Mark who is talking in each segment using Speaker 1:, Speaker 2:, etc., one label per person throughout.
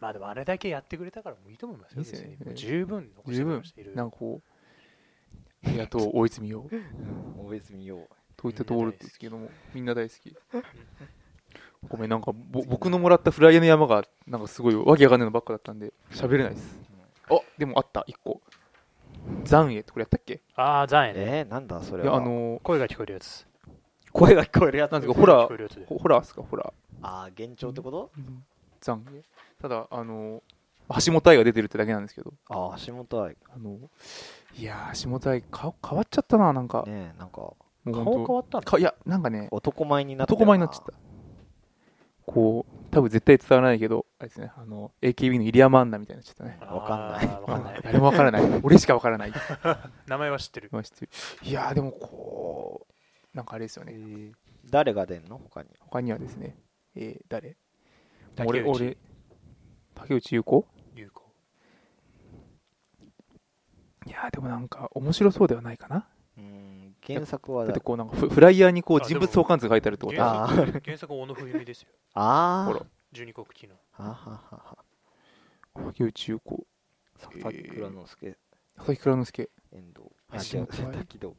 Speaker 1: まあでもあれだけやってくれたからもういいと思いますよ。
Speaker 2: いいですよね
Speaker 1: 別にもう十分残して
Speaker 2: 十
Speaker 1: くれ
Speaker 2: 分
Speaker 1: ましたいろい
Speaker 2: な
Speaker 1: ろ
Speaker 2: んかこうありがとう大泉洋
Speaker 3: 大泉洋
Speaker 2: といったところですけどもみんな大好きごめんなんかぼ僕のもらったフライヤーの山がなんかすごいわけわかんないのばっかだったんで喋れないですあでもあった1個残影ってこれやったっけ
Speaker 1: ああ、残影ね。
Speaker 3: えー、なんだそれ
Speaker 2: いや
Speaker 3: は
Speaker 2: あのー
Speaker 1: 声が聞こえるやつ。
Speaker 3: 声が聞こえるやつ
Speaker 2: なんですかホ
Speaker 1: 声が
Speaker 2: ラ
Speaker 1: 聞こえる
Speaker 2: ー
Speaker 1: やつで。
Speaker 2: ホホラーっすかホラー
Speaker 3: ああ幻聴ってこと
Speaker 2: 残影ただあのー橋本愛が出てるってだけなんですけど
Speaker 3: ああ橋本愛
Speaker 2: あのいやー橋本愛顔変わっちゃったななんか
Speaker 3: ねえなんか
Speaker 2: もう
Speaker 1: 顔
Speaker 2: 本
Speaker 1: 変
Speaker 2: 当
Speaker 1: わったの
Speaker 2: かいやなんかね
Speaker 3: 男前になったよ
Speaker 2: 男前になっちゃったこう多分絶対伝わらないけどあれですねあの AKB の入山アンナみたいになっちゃったね
Speaker 3: わかんない
Speaker 1: あーわかんない。
Speaker 2: 誰もわ からない俺しかわからない
Speaker 1: 名前は知ってる。
Speaker 2: まあ知ってるいやーでもこうなんかあれですよね、
Speaker 3: 誰が出んの他に
Speaker 2: 他にはですねえー誰
Speaker 1: 竹内
Speaker 2: 俺俺竹内優子
Speaker 1: 有効。
Speaker 2: いやーでもなんか面白そうではないかな
Speaker 3: うん原作は
Speaker 2: だっ
Speaker 3: だ
Speaker 2: てこうなんかフフライヤーにこう
Speaker 1: あ
Speaker 2: 人物相関図が書いてあるってことは
Speaker 1: 原
Speaker 3: あ
Speaker 1: 作原作は小野冬美ですよ。
Speaker 3: あ
Speaker 2: ほ
Speaker 3: ー
Speaker 2: ら
Speaker 1: 十二国旗の。
Speaker 3: あははは
Speaker 2: 竹内優子
Speaker 3: 佐々木蔵之介
Speaker 2: 佐々木蔵之介
Speaker 3: 遠藤
Speaker 2: 橋
Speaker 3: あ違う
Speaker 2: 本愛
Speaker 3: 滝戸う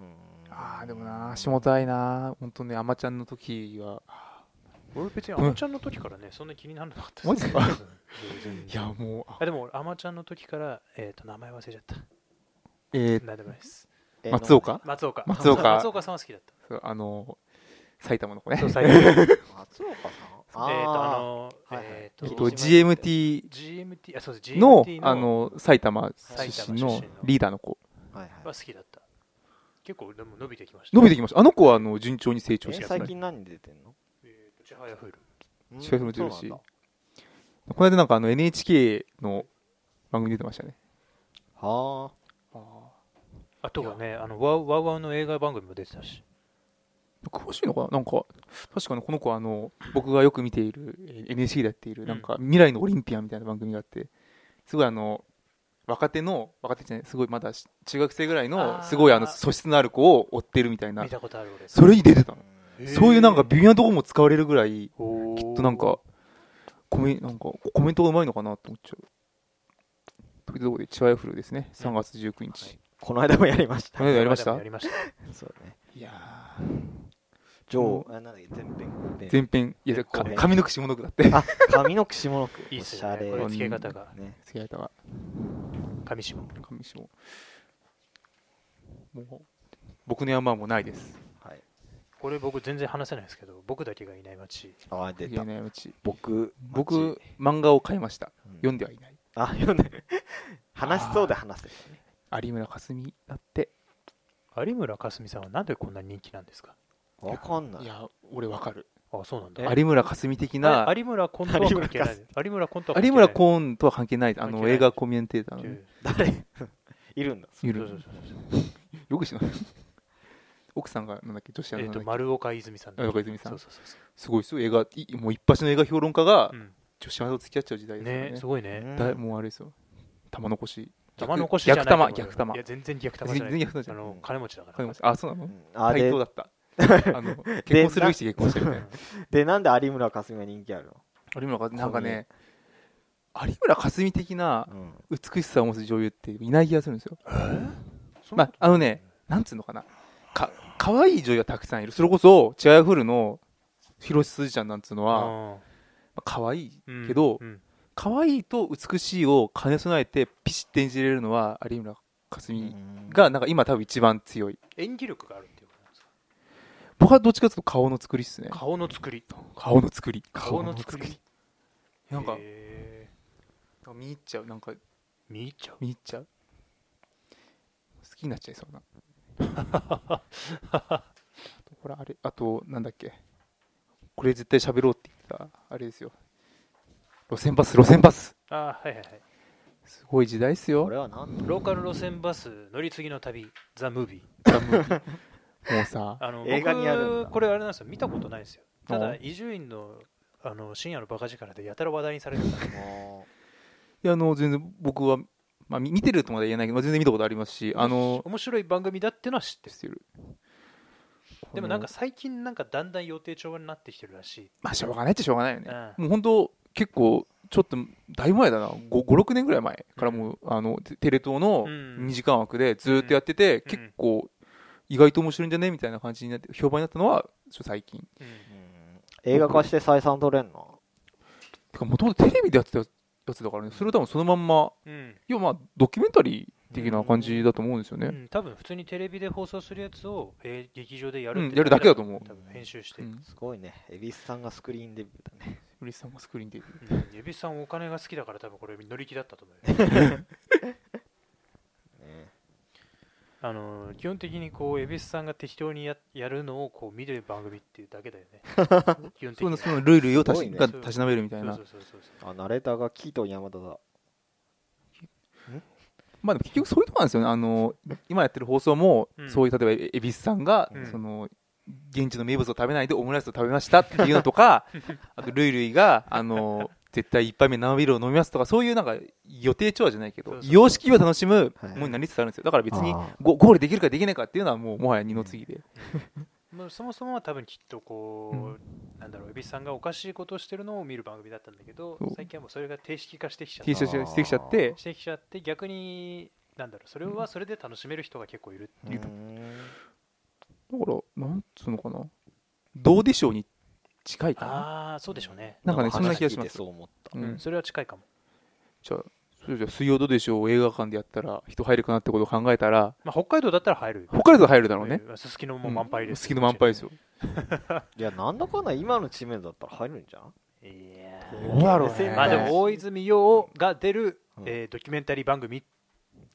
Speaker 3: ーん
Speaker 2: ああでもな足元愛な本当ねあまちゃんの時は
Speaker 1: 俺別にアマちゃんの時からね、そんな気にならなかった
Speaker 2: マジっすか
Speaker 1: 全
Speaker 2: い
Speaker 1: 然
Speaker 2: やもうあ
Speaker 1: あでも俺アマちゃんの時から、えっと名前忘れちゃった。
Speaker 2: えー
Speaker 1: 何でもないです。
Speaker 3: えー
Speaker 2: 松岡
Speaker 1: 松岡。
Speaker 2: 松岡
Speaker 1: 松岡さんは好きだった。
Speaker 2: そうあの埼玉の子ね
Speaker 1: そう 最近えっ
Speaker 3: 松岡さ
Speaker 1: と、
Speaker 3: ん
Speaker 1: あ
Speaker 3: あ
Speaker 1: の、
Speaker 3: はいはい
Speaker 1: えっ
Speaker 2: えっ
Speaker 1: と、
Speaker 2: と
Speaker 3: 広島
Speaker 2: GMT
Speaker 1: GMT、あ、そうです、
Speaker 2: の
Speaker 1: GMT
Speaker 2: あの埼玉出身
Speaker 1: 埼
Speaker 2: の
Speaker 1: 玉出身の
Speaker 2: リーダーの子
Speaker 3: あはいは
Speaker 1: はい好きだった。結構でも伸びてきました。
Speaker 2: 伸びてきましたあの子はあの順調に成
Speaker 3: え
Speaker 2: 長してます
Speaker 3: ー最
Speaker 2: ね
Speaker 3: 近何出てんの
Speaker 1: えーと、ちはやふる。
Speaker 3: うん
Speaker 2: 近くにも出るし
Speaker 3: そうなんだ
Speaker 2: この間なんかあの NHK の番組出てましたね
Speaker 3: は
Speaker 1: あとはね、あのワウワウワウの映画番組も出てたし。
Speaker 2: 詳しいのかななんか確かにこの子はあの僕がよく見ているえー NHK でやっているなんか未来のオリンピアンみたいな番組があってすごいあの若手の若手じゃないすごいまだし中学生ぐらい
Speaker 1: あ
Speaker 2: の
Speaker 1: ー
Speaker 2: すごいあの素質のある子を追ってるみたいな
Speaker 1: 見たことある俺。
Speaker 2: それに出てた
Speaker 3: あ
Speaker 2: の
Speaker 1: へー
Speaker 2: そういうなんか微妙なとこも使われるぐらい
Speaker 1: おー
Speaker 2: きっとなんかコメなんかコメントがうまいのかなと思っちゃうというところでチワヤフルですね3月19日、
Speaker 3: はいこの間もやりました
Speaker 2: この間やりました
Speaker 1: この間もやりました。
Speaker 3: そうね
Speaker 2: いや
Speaker 3: 上あなんだっけ前編後編
Speaker 2: 前編いやか
Speaker 3: 後編
Speaker 2: 上の句下の句だって
Speaker 3: あ上の句下の句
Speaker 1: いいっ
Speaker 3: お
Speaker 1: す
Speaker 3: し
Speaker 1: よ
Speaker 3: ゃ
Speaker 1: ね。
Speaker 3: れ
Speaker 1: これ付け方が。
Speaker 3: ね
Speaker 2: 付き合いたが
Speaker 1: 上下。
Speaker 2: 上下もう僕の山はもうないです
Speaker 3: はい
Speaker 1: これ僕全然話せないですけど、僕だけがいない街。
Speaker 3: ああ出
Speaker 2: 言
Speaker 3: た
Speaker 2: えないうち
Speaker 3: 僕
Speaker 2: 僕漫画を買いました
Speaker 3: うん
Speaker 2: 読んではいない
Speaker 3: あ読んで 話しそうで話せるね
Speaker 2: 有村架純だって
Speaker 1: 有村架純さんはなんでこんな人気なんですか
Speaker 3: わかんないい
Speaker 2: や俺わかる
Speaker 1: あ、そうなんだ。
Speaker 2: 有村架純的な
Speaker 1: あ有村コンとは関係ない。有村コンとは関係な
Speaker 2: 有
Speaker 1: い
Speaker 2: 村コーンとは関係ないあ
Speaker 1: 関係
Speaker 2: の
Speaker 1: ない
Speaker 2: 映画コメンテーターの
Speaker 1: ってい
Speaker 2: ね
Speaker 1: う
Speaker 3: 誰いるんだ
Speaker 2: ゆ
Speaker 1: そうそう
Speaker 2: る
Speaker 1: そうそう
Speaker 2: よく知らない奥さんがなんだっけ女子アナ
Speaker 1: えっ
Speaker 2: なんだ
Speaker 1: と、
Speaker 2: っけ
Speaker 1: 丸岡泉さんだ。
Speaker 2: 丸岡泉さん
Speaker 1: そうそうそうそ
Speaker 2: すごいですよ映画いもう一発の映画評論家が
Speaker 1: う。うん
Speaker 2: 女子アナと付き合っちゃう時代ですよね
Speaker 1: ねすごいね。
Speaker 3: ね
Speaker 2: だいもうあれですよ玉残し
Speaker 1: 玉残しじゃな
Speaker 2: 逆
Speaker 1: いと思う
Speaker 2: 玉
Speaker 1: よ
Speaker 2: 逆玉
Speaker 1: いや、全然逆玉じゃ
Speaker 2: 全
Speaker 1: な
Speaker 2: 然
Speaker 1: い。
Speaker 2: 逆玉じ
Speaker 1: あ
Speaker 2: ゃない
Speaker 1: の、金持ちだか
Speaker 2: 金
Speaker 1: ら
Speaker 2: 持ち。あそうな
Speaker 3: う
Speaker 2: の
Speaker 3: んあ
Speaker 2: 対
Speaker 3: で
Speaker 2: 等だったあの結婚するべき人結婚してるみたいな
Speaker 3: でなんで有村架純が人気あるの
Speaker 2: 有村架なんかね有村架純的な
Speaker 3: うん
Speaker 2: 美しさを持つ女優っていない気がするんですよ
Speaker 1: そん
Speaker 2: ま
Speaker 1: な
Speaker 2: ああのねなんつうのかなか可愛い女優はたくさんいるそれこそチアヤフルの広瀬すずちゃんなんつうのは、ま
Speaker 1: あ
Speaker 2: あ、可愛い
Speaker 1: ーうん
Speaker 2: けど
Speaker 1: うん
Speaker 2: 可愛いと美しいを兼ね備えてピシッて演じれるのは有村架純がなんか今多分一番強い
Speaker 1: 演技力があるっていうことなんですか
Speaker 2: 僕はどっちかというと顔の作りっすね
Speaker 1: 顔の作り。
Speaker 2: 顔の作り
Speaker 1: 顔の作り。
Speaker 2: なんか
Speaker 1: へ
Speaker 2: 見入っちゃうなんか
Speaker 1: ー見入っちゃう。
Speaker 2: 見入っちゃう好きになっちゃいそうなあとほらあれあとなんだっけこれ絶対喋ろうって言ってたあれですよ路線バス路線バス
Speaker 1: あーはいはいはい。
Speaker 2: すごい時代っす
Speaker 3: こ
Speaker 2: よ
Speaker 3: れは何だ
Speaker 1: ローカル路線バス乗り継ぎの旅、ザ・ムービー。
Speaker 2: ザムービーもうさ
Speaker 1: あの
Speaker 3: 映画にあるんだ
Speaker 1: 僕これあれなんですよ、見たことないんですよ。た
Speaker 2: お
Speaker 1: だ、伊集院のあの深夜のバカ力でやたら話題にされてた んで。
Speaker 3: も
Speaker 2: いやあの全然僕は、まあ、み見てるとまでは言えないけど、まあ全然見たことありますしあの
Speaker 1: 面白い番組だってのは知ってる。
Speaker 2: してる
Speaker 1: でもなんか
Speaker 2: こ
Speaker 1: 最近なんかだんだん予定調和になってきてるらしい。
Speaker 2: のまあしょうがないっちゃしょうがないよね、
Speaker 1: うん
Speaker 2: もう本当結構ちょっとだいぶ前だな56年ぐらい前からもうあのテテレ東の
Speaker 1: うん
Speaker 2: 2時間枠でずーっとやってて、
Speaker 1: うん
Speaker 2: 結構意外と面白いんじゃねみたいな感じになって評判になったのはちょ最近
Speaker 1: うん
Speaker 3: うん映画化して採算取れんの
Speaker 2: てかもともとテレビでやってたやつだからねそれを多分そのまんま
Speaker 1: うん
Speaker 2: 要はまあドキュメンタリー的な感じだと思うんですよ
Speaker 1: う
Speaker 2: ね、
Speaker 1: ん、多分普通にテレビで放送するやつを、えー劇場でや
Speaker 2: う
Speaker 1: るっ
Speaker 2: ん
Speaker 1: て
Speaker 2: やるだけだと思う
Speaker 1: 多分編集して、
Speaker 2: う
Speaker 1: うんん、
Speaker 3: すごいね。恵比寿さんがスクリーンデビューだね。
Speaker 2: 嬉しさんがスクリーンで
Speaker 1: エビさんお金が好きだから多分これ乗り気だったと思 うよ
Speaker 3: ね
Speaker 1: あのー基本的にこうエビスさんが適当にややるのをこう見る番組っていうだけだよ ね基本的
Speaker 2: そ
Speaker 1: に
Speaker 2: の
Speaker 1: は
Speaker 2: そのルールをた
Speaker 3: すご
Speaker 2: し,、
Speaker 3: いね
Speaker 2: がたしなめるみたいな
Speaker 1: そうそうそうそう
Speaker 3: あ、ナレーターがキートン山田だ。
Speaker 2: まあでも結局そういうとこなんですよねあの今やってる放送も、
Speaker 1: うん
Speaker 2: そういう例えば恵比寿さんが、
Speaker 1: うん
Speaker 2: その現地の名物を食べないでオムライスを食べましたっていうの とかあとルイルイがあの絶対一杯目生ビールを飲みますとかそういうなんか予定調和じゃないけど
Speaker 1: そうそう
Speaker 2: 様式を楽しむ
Speaker 3: はい
Speaker 2: ものになりつつあるんですよだから別に
Speaker 3: あー
Speaker 2: ゴゴールできるかできないかっていうのはもうもはや二の次で、
Speaker 1: まあ、そもそもは多分きっとこう、なんだろう、エビさんがおかしいことをしてるのを見る番組だったんだけど
Speaker 2: そう、
Speaker 1: 最近はもうそれが定式化してきちゃっ
Speaker 2: T
Speaker 1: た。
Speaker 2: シャツ
Speaker 3: あー
Speaker 2: してきちゃって
Speaker 1: してきちゃって、逆に、なんだろう、それはそれで楽しめる人が結構いるっていうう。
Speaker 3: ん
Speaker 2: だからなんつうのかなどうでしょうに近いかな
Speaker 1: ああ、そうでしょうね。
Speaker 2: なんかねそんな気が
Speaker 3: 話
Speaker 2: し
Speaker 3: 聞い
Speaker 2: ま
Speaker 3: て
Speaker 2: す
Speaker 3: そう思った。
Speaker 2: うん
Speaker 1: それは近いかも。
Speaker 2: じゃあそれじゃあ水曜どうでしょうを映画館でやったら人入るかなってことを考えたら
Speaker 1: まあ、北海道だったら入るよ。
Speaker 2: 北海道入るだろうね、
Speaker 1: うん。すすきのも満杯です。
Speaker 2: 好きの満杯ですよ。
Speaker 3: いや、なんだかんだ今の知名度だったら入るんじゃん
Speaker 1: いや
Speaker 2: どうだろう
Speaker 1: ー
Speaker 2: ね
Speaker 1: まあでも、大泉洋が出る、
Speaker 3: うん
Speaker 1: えードキュメンタリー番組、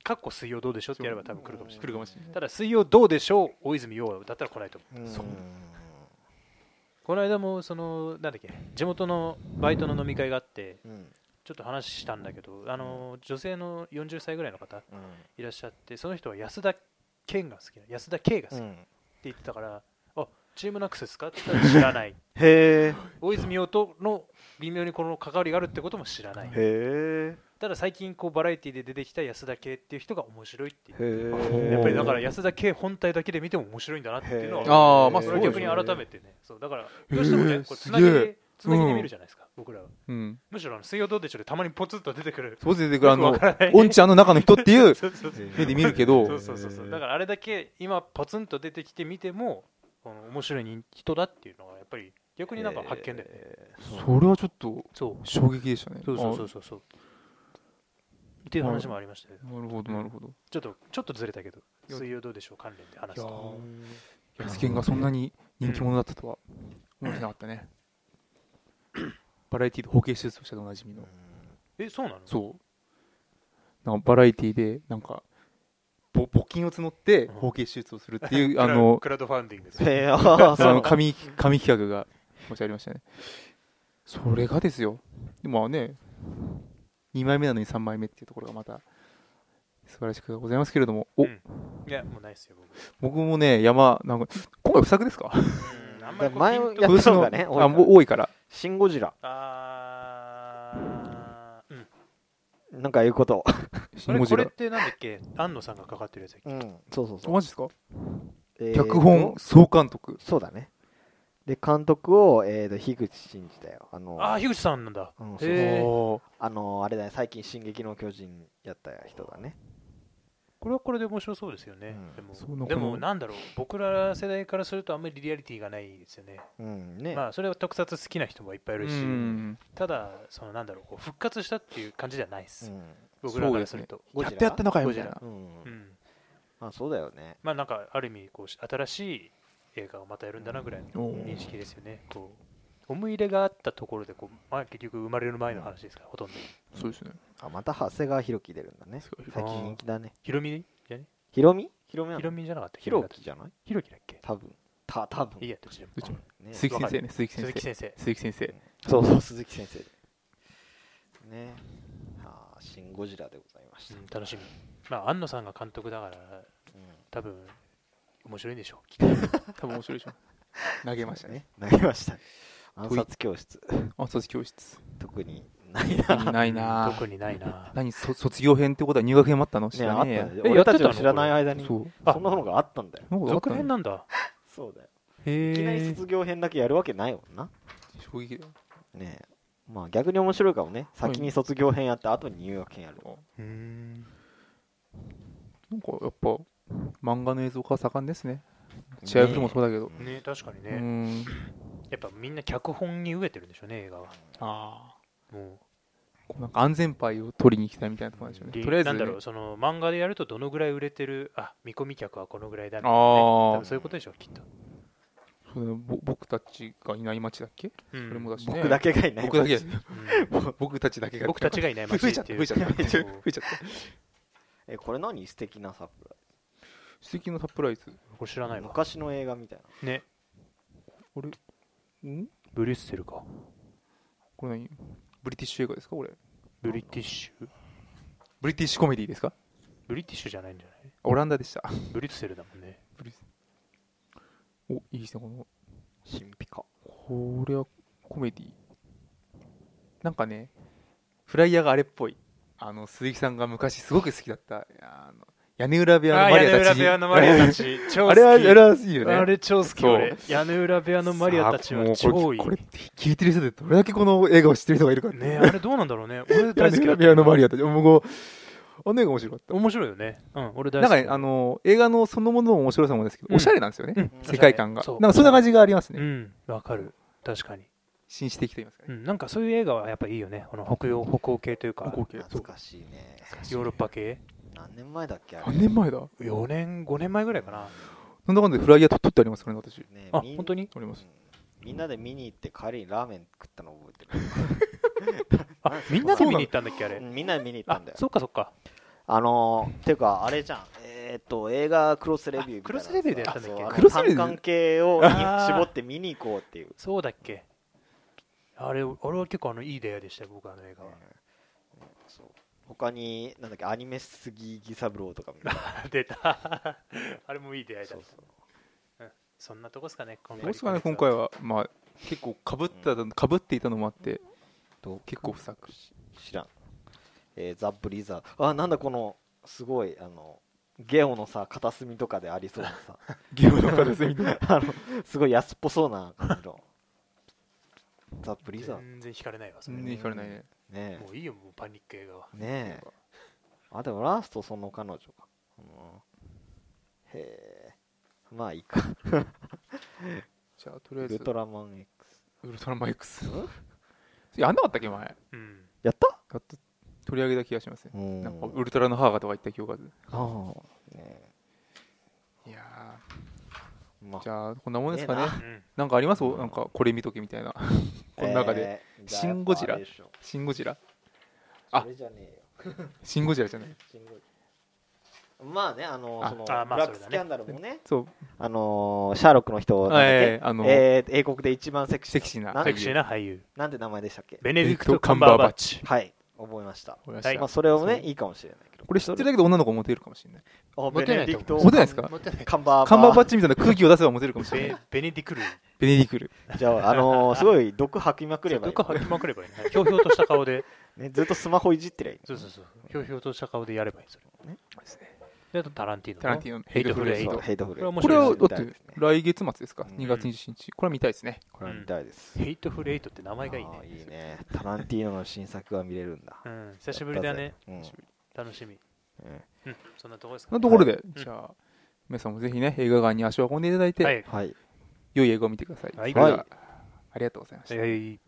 Speaker 1: かっこ水曜どうでしょうってやれば多分来るかもしれない。
Speaker 2: 来るかもしれない。
Speaker 1: ただ、水曜どうでしょう、大泉洋だったら来ないと思う。
Speaker 3: うん
Speaker 2: そう
Speaker 1: この間もそのなんだっけ地元のバイトの飲み会があって
Speaker 3: うん
Speaker 1: ちょっと話したんだけどあの女性の40歳ぐらいの方
Speaker 3: う
Speaker 1: いらっしゃってその人は安田健が好きな安田圭が好きっ
Speaker 3: んう
Speaker 1: て
Speaker 3: ん
Speaker 1: 言ってたから、あチームナックスですかって言ったら知らない
Speaker 3: へえ。
Speaker 1: 大泉洋との微妙にこの関わりがあるってことも知らない
Speaker 3: へ
Speaker 1: ただ最近こうバラエティで出てきた安田圭っていう人が面白いっていう
Speaker 3: え。へ
Speaker 2: ー
Speaker 3: え。
Speaker 1: やっぱりだから安田圭本体だけで見ても面白いんだなっていうの
Speaker 3: へ
Speaker 1: は
Speaker 3: ー
Speaker 2: ああ、まあ、
Speaker 1: そ
Speaker 2: そ
Speaker 1: れは
Speaker 2: うで
Speaker 1: 逆
Speaker 2: す
Speaker 1: に
Speaker 2: よ
Speaker 1: 改
Speaker 2: ね。
Speaker 1: めてね、そうだから、どうしても
Speaker 2: へ
Speaker 1: ね
Speaker 2: ー、
Speaker 1: これつなぎ
Speaker 2: すげ
Speaker 1: で
Speaker 2: え、
Speaker 1: つなぎで見るじゃないですか、僕らは。
Speaker 2: うん。
Speaker 1: むしろあの、水曜どうでしょうで、たまにポツッと出てくる。
Speaker 2: そうですね。あ
Speaker 1: よ
Speaker 2: の
Speaker 1: くわからない、
Speaker 2: オンちゃんの中の人ってい う
Speaker 1: そうそうそう
Speaker 2: 目で見るけど
Speaker 1: そうそうそうそう。だからあれだけ、今、ポツンと出てきて見ても、この面白い人だっていうのは、やっぱり、逆になんか発見だよね。
Speaker 2: それはちょっと
Speaker 1: そう。
Speaker 2: 衝撃でしたね。
Speaker 1: そうそうそうそうそう。っていう話もありましたよ
Speaker 2: あなるほど、なるほど。
Speaker 1: ちょっと、ちょっとずれたけど、
Speaker 2: いや
Speaker 1: 水曜どうでしょう関連で話す
Speaker 2: いや
Speaker 1: と。
Speaker 2: ヤスケンがそんなに人気者だったとは思ってなかったね。バラエティで包茎手術をしたでおなじみの。
Speaker 1: え、そうなの
Speaker 2: そう。なんかバラエティで、なんか、ぼ募金を募って包茎手術をするっていう、あ
Speaker 1: クラ
Speaker 2: の、
Speaker 1: クラウドファンディングです
Speaker 3: へえ。ああ、
Speaker 2: そ
Speaker 3: そう
Speaker 2: の。紙紙企画が持ちありましたねそれがですよでもね2枚目なのに3枚目っていうところがまた素晴らしくございますけれどもお、
Speaker 1: うんいや、もうないですよ、僕。
Speaker 2: 僕もね山なんか今回不作ですか
Speaker 1: うんあんま
Speaker 3: だ
Speaker 1: り
Speaker 3: か
Speaker 1: こ
Speaker 3: ら
Speaker 1: うピ
Speaker 3: 前
Speaker 1: ンと
Speaker 3: やったのがね、
Speaker 2: 今年
Speaker 3: 多い
Speaker 2: あ
Speaker 3: か
Speaker 2: もう
Speaker 3: ら
Speaker 2: 多いから
Speaker 3: シン・ゴジラ。
Speaker 1: あーうん
Speaker 3: なんか言うこと。
Speaker 2: シ
Speaker 1: あ
Speaker 2: ン・
Speaker 1: れ
Speaker 2: ゴ
Speaker 1: こ
Speaker 2: ジ
Speaker 1: れ
Speaker 2: ラ
Speaker 1: ってなんだっけ安野さんがかかってるやつだっけ
Speaker 3: うん。そうそう
Speaker 2: あ
Speaker 3: そう
Speaker 2: マ。ジですか、
Speaker 3: えーと
Speaker 2: 脚本総監督
Speaker 3: そうだね。で、監督を、えーと、樋口真嗣だよ。あの、
Speaker 1: ああ、樋口さんなんだ。
Speaker 3: うん
Speaker 1: へえ
Speaker 2: おー
Speaker 3: あのあれだね、最近、進撃の巨人やった人だね。
Speaker 1: これはこれで面白そうですよね。
Speaker 3: うん
Speaker 2: そ
Speaker 1: で
Speaker 2: うな
Speaker 1: も、
Speaker 2: の
Speaker 1: でもなんだろう、僕ら世代からするとあんまりリアリティがないですよね。
Speaker 3: うん、ね。
Speaker 1: まあ、それは特撮好きな人もいっぱいいうるし、
Speaker 2: ん
Speaker 1: ただ、そのなんだろう、こう復活したっていう感じじゃないで
Speaker 3: う
Speaker 1: す。
Speaker 3: ん。
Speaker 1: 僕らからすると。
Speaker 3: ゴ
Speaker 2: や
Speaker 3: ジラ
Speaker 2: っとやったのかよ
Speaker 1: ゴ
Speaker 2: み
Speaker 1: ジ
Speaker 2: たい
Speaker 1: ラ
Speaker 2: な
Speaker 3: うん
Speaker 1: う。ん
Speaker 3: まあ、そうだよね。
Speaker 1: まあ、なんか、ある意味、こうし新しい映画をまたやるんだなぐらいの
Speaker 2: おー
Speaker 1: 認識ですよね。こう思い入れがあったところでこう、まあ、結局生まれる前の話ですから、ほとんど。
Speaker 2: そうですね
Speaker 3: あ、また長谷川博己出るんだね
Speaker 2: す。ごい
Speaker 3: 最近人気だね。
Speaker 1: ヒロミじゃね
Speaker 3: ヒロミヒロミな
Speaker 1: ヒ
Speaker 3: の
Speaker 1: ロミじゃなかった
Speaker 3: ヒロ
Speaker 1: だっ
Speaker 3: キじゃない
Speaker 1: たヒロキだっけ
Speaker 3: 多分。た、多分
Speaker 1: いいや、どっちでも
Speaker 2: どっちも
Speaker 3: ね
Speaker 2: 鈴木先生ね鈴木先
Speaker 1: 鈴木
Speaker 2: 生
Speaker 1: 先生。
Speaker 2: 鈴木先生
Speaker 3: そうそう、鈴木先生。ね。ああ、シン・ゴジラでございまし
Speaker 1: う
Speaker 3: た。
Speaker 1: ん、楽しみ。まあ、安野さんが監督だから、多分面白いんでしょうきっ
Speaker 2: 多分面白いでしょ投げましたね。
Speaker 3: 投げました。暗殺教室。
Speaker 2: あ卒教室
Speaker 3: 特にない
Speaker 2: 意味
Speaker 3: な。
Speaker 2: ない
Speaker 1: と。
Speaker 2: なぁ
Speaker 1: 特にないな。
Speaker 2: 何そ卒業編ってことは入学編もあったの知
Speaker 3: ね、あ
Speaker 2: ら
Speaker 3: った
Speaker 2: ねえや
Speaker 3: んだよ
Speaker 1: え
Speaker 3: 俺たち
Speaker 1: やってた
Speaker 3: の
Speaker 1: の
Speaker 3: 知らない間に、
Speaker 2: そ
Speaker 3: そう
Speaker 1: あ
Speaker 3: んなものがあったんだよ。
Speaker 2: なんかあった
Speaker 1: 続
Speaker 2: の
Speaker 1: 編なんだ。
Speaker 3: そうだよ。いきなり
Speaker 2: へえ
Speaker 3: 卒業編だけやるわけないもんな。
Speaker 2: 衝撃だよ
Speaker 3: ねえまあ逆に面白いかもね先に卒業編やって後に入学編やる
Speaker 1: うん
Speaker 2: なんかやっぱ漫画の映像化盛んですねチアフルもそうだけど、
Speaker 1: ね確かに
Speaker 2: う
Speaker 1: ね、
Speaker 2: ーん
Speaker 1: やっぱみんな脚本に飢えてるんでしょうね映画は
Speaker 2: あ
Speaker 1: も
Speaker 2: あなんか安全牌を取りに行きたいみたいなところなんでしょ
Speaker 1: う
Speaker 2: うねとりあえず、
Speaker 1: なん
Speaker 2: ね、
Speaker 1: だろうその漫画でやるとどのぐらい売れてるあ見込み客はこのぐらいだみたいな、
Speaker 2: あ
Speaker 1: ね、
Speaker 2: ー
Speaker 1: 多分そういうことでしょうきっと、
Speaker 2: そのぼ僕たちがいない街だっけ、
Speaker 1: うん
Speaker 2: それもだしね
Speaker 3: 僕だけがいない
Speaker 2: 僕だけ
Speaker 1: うん
Speaker 2: 僕たちだけ が
Speaker 1: 僕たちがいない街
Speaker 2: 増えちゃ った増えちゃった
Speaker 1: って いう
Speaker 2: 増えちゃった
Speaker 3: えこれ何素敵なサプラ
Speaker 2: 素敵なサプライズ
Speaker 1: これ知ら
Speaker 3: イ
Speaker 1: な
Speaker 3: ズ
Speaker 1: いわ
Speaker 3: 昔の映画みたいな
Speaker 1: ね
Speaker 2: ん
Speaker 1: ブリュッセルか
Speaker 2: これ何ブリティッシュ映画ですかこれ
Speaker 1: ブリティッシュ
Speaker 2: ブリティッシュコメディですか
Speaker 1: ブリティッシュじゃないんじゃない
Speaker 2: オランダでした
Speaker 1: ブリュッセルだもんね
Speaker 2: ブリおいいですねこの
Speaker 3: 神秘か
Speaker 2: これはコメディなんかねフライヤーがあれっぽいあの鈴木さんが昔すごく好きだったあの屋根裏部屋のマリアたち
Speaker 1: ち
Speaker 2: あれはあれはいいよね
Speaker 1: あれ超好き
Speaker 2: そう
Speaker 1: 俺屋根裏部屋のマリアたちは
Speaker 2: さあもう
Speaker 1: 超いい
Speaker 2: これこれ聞いてる人でどれだけこの映画を知ってる人がいるかって
Speaker 1: ねあれどうなんだろう ね俺
Speaker 2: 屋
Speaker 1: 大好
Speaker 2: 根
Speaker 1: きだ
Speaker 2: 裏
Speaker 1: っ
Speaker 2: 部屋
Speaker 1: た
Speaker 2: のマリアたちもうあの映画面白かった
Speaker 1: 面白いよねうん俺大
Speaker 2: なんか
Speaker 1: 好
Speaker 2: ね
Speaker 1: き
Speaker 2: あの映画のそのものの面白さもですけど、
Speaker 1: うん
Speaker 2: おしゃれなんですよね、
Speaker 1: うん
Speaker 2: 世界観が、
Speaker 1: そう
Speaker 2: なんかそんな感じがありますね、
Speaker 1: うんわかる確かに
Speaker 2: 紳士的と言いますか
Speaker 1: う
Speaker 2: ね、
Speaker 1: んなんかそういう映画はやっぱいいよねこの北洋北欧系というか
Speaker 2: 北欧系
Speaker 3: 懐かしいね
Speaker 1: ヨーロッパ系
Speaker 3: 何年前だっけあれ
Speaker 2: 何年前だ
Speaker 1: 4年5年前ぐらいかな
Speaker 2: なんだかんだでフライヤーと撮ってありますよね私あ
Speaker 3: ね
Speaker 1: あ
Speaker 3: みん
Speaker 1: 本当に
Speaker 2: り
Speaker 3: う
Speaker 2: ま
Speaker 3: ん
Speaker 2: す
Speaker 3: みんなで見に行って帰りにラーメン食ったの覚
Speaker 1: あみんなで見に行ったんだっけあ
Speaker 3: えてる
Speaker 1: れ
Speaker 3: うんみんなで見に行った
Speaker 1: あ
Speaker 3: んだよ
Speaker 1: そっかそっか
Speaker 3: あのー、ていうかあれじゃんえーっと映画クロスレビューみたいな
Speaker 1: あクロスレビューでやったんだっけ
Speaker 3: そうあの
Speaker 2: クロスレビュー
Speaker 3: 単関係を
Speaker 1: あー
Speaker 3: 絞って見に行こうっていう
Speaker 1: そうだっけあれ俺は結構あのいい出会いでしたよ僕あの映画は
Speaker 3: そう他になんだっけアニメ杉木三郎とかみたいな
Speaker 1: 出たあれもいい出会いだ
Speaker 3: そ
Speaker 1: っ
Speaker 3: う
Speaker 1: た
Speaker 3: そう
Speaker 1: そんなとこですかね今
Speaker 2: どうですかね今回はまあ結構かぶったかぶっていたのもあって結構不作
Speaker 3: 知らん、えーザ・ブリザードあなんだこのすごいあのゲオのさ片隅とかでありそうなさ
Speaker 2: ゲームの片隅に
Speaker 3: あのすごい安っぽそうな感じのザ・ブリザードね
Speaker 1: 全然惹かれないわそれ、
Speaker 2: 全然惹かれないね
Speaker 3: え
Speaker 1: もういいよもうパニック映画は
Speaker 3: ねえあでもラストその彼女か、うん、へえまあいいか
Speaker 2: じゃあとりあ
Speaker 3: ウ
Speaker 2: えず
Speaker 3: ルトラマン X
Speaker 2: ウルトラマン X やんなかったっけ前や
Speaker 1: うん
Speaker 3: やった
Speaker 2: っと取り上げた気がしますね
Speaker 3: うん
Speaker 2: なんかウルトラの母がとか言った記憶がある
Speaker 3: ああねえ
Speaker 2: いや
Speaker 3: ま
Speaker 2: ーじゃあこんなもんですか
Speaker 3: ね
Speaker 2: ね
Speaker 3: えな
Speaker 1: うん
Speaker 2: なんかありますなんかこれ見とけみたいなこの中で、シン・ゴジラシン・ゴジラあ
Speaker 3: あれじゃねえよ
Speaker 2: シン・ゴジラじゃない
Speaker 3: シン・ゴジラまあねあの
Speaker 2: あ
Speaker 3: その
Speaker 1: あまあ
Speaker 3: ブラック
Speaker 1: それだね
Speaker 3: スキャンダルもね
Speaker 2: そう
Speaker 3: あのーシャーロックの人なんだっけ
Speaker 2: ええあの
Speaker 3: えー英国で一番セクシ
Speaker 2: セ
Speaker 3: ー
Speaker 2: クシーな
Speaker 3: なん
Speaker 1: セクシーな俳優
Speaker 3: なんて名前でしたっけ
Speaker 1: ベネディクト・カンバーバッチ
Speaker 3: はい覚えました
Speaker 2: これ
Speaker 1: はい
Speaker 3: まあそれをね
Speaker 2: そう
Speaker 3: いいかもしれないけど
Speaker 2: これ知ってるだけで女の子モテるかもしれない
Speaker 3: あ
Speaker 4: モ
Speaker 3: ベ
Speaker 4: テな
Speaker 3: ネ
Speaker 4: い
Speaker 3: デ
Speaker 4: と
Speaker 3: ィ
Speaker 4: 思
Speaker 3: ク
Speaker 4: う
Speaker 2: モ
Speaker 3: ト
Speaker 2: テないですか
Speaker 4: 持ってない
Speaker 3: カンバーバー
Speaker 2: 看板バッチみたいな空気を出せばモテるかもしれな
Speaker 1: ベベ
Speaker 2: い
Speaker 1: ネディクルー
Speaker 2: ベネディクル
Speaker 3: じゃあ、あ のーすごい毒吐きまくれば
Speaker 1: ど
Speaker 3: い
Speaker 1: っか
Speaker 3: い、
Speaker 1: 吐きまくればいいねひょうひょうとした顔で
Speaker 3: ね、ずっとスマホいじってりゃいい
Speaker 1: そうそうそうひょうひょうとした顔でやればいいそれ
Speaker 2: ですね
Speaker 1: であとタランティーノ
Speaker 2: タランティーノ
Speaker 1: ヘイトフルエイ
Speaker 2: ヘ
Speaker 3: そ
Speaker 1: ト
Speaker 3: うヘイトフル
Speaker 1: これは面
Speaker 2: これ
Speaker 1: 白
Speaker 2: はいだって来月末ですか
Speaker 3: うん
Speaker 2: 2月27日これは見たいですね
Speaker 3: これは見たいです、
Speaker 1: ヘイトフルエイトって名前がいい
Speaker 3: あー
Speaker 1: ね
Speaker 3: いいねタランティーノの新作が見れるんだ
Speaker 1: うん久しぶりだね
Speaker 3: やったぜ
Speaker 1: 楽しみ
Speaker 3: うんうん
Speaker 1: うんそんなとこですか
Speaker 2: な
Speaker 1: ね
Speaker 2: ところで
Speaker 1: い
Speaker 2: じゃあ皆さんもぜひね映画館に足を運んでいただい
Speaker 1: は
Speaker 2: て
Speaker 1: い
Speaker 3: はい
Speaker 2: 良い映画を見てください
Speaker 1: はい
Speaker 2: それでありがとうございました
Speaker 1: はい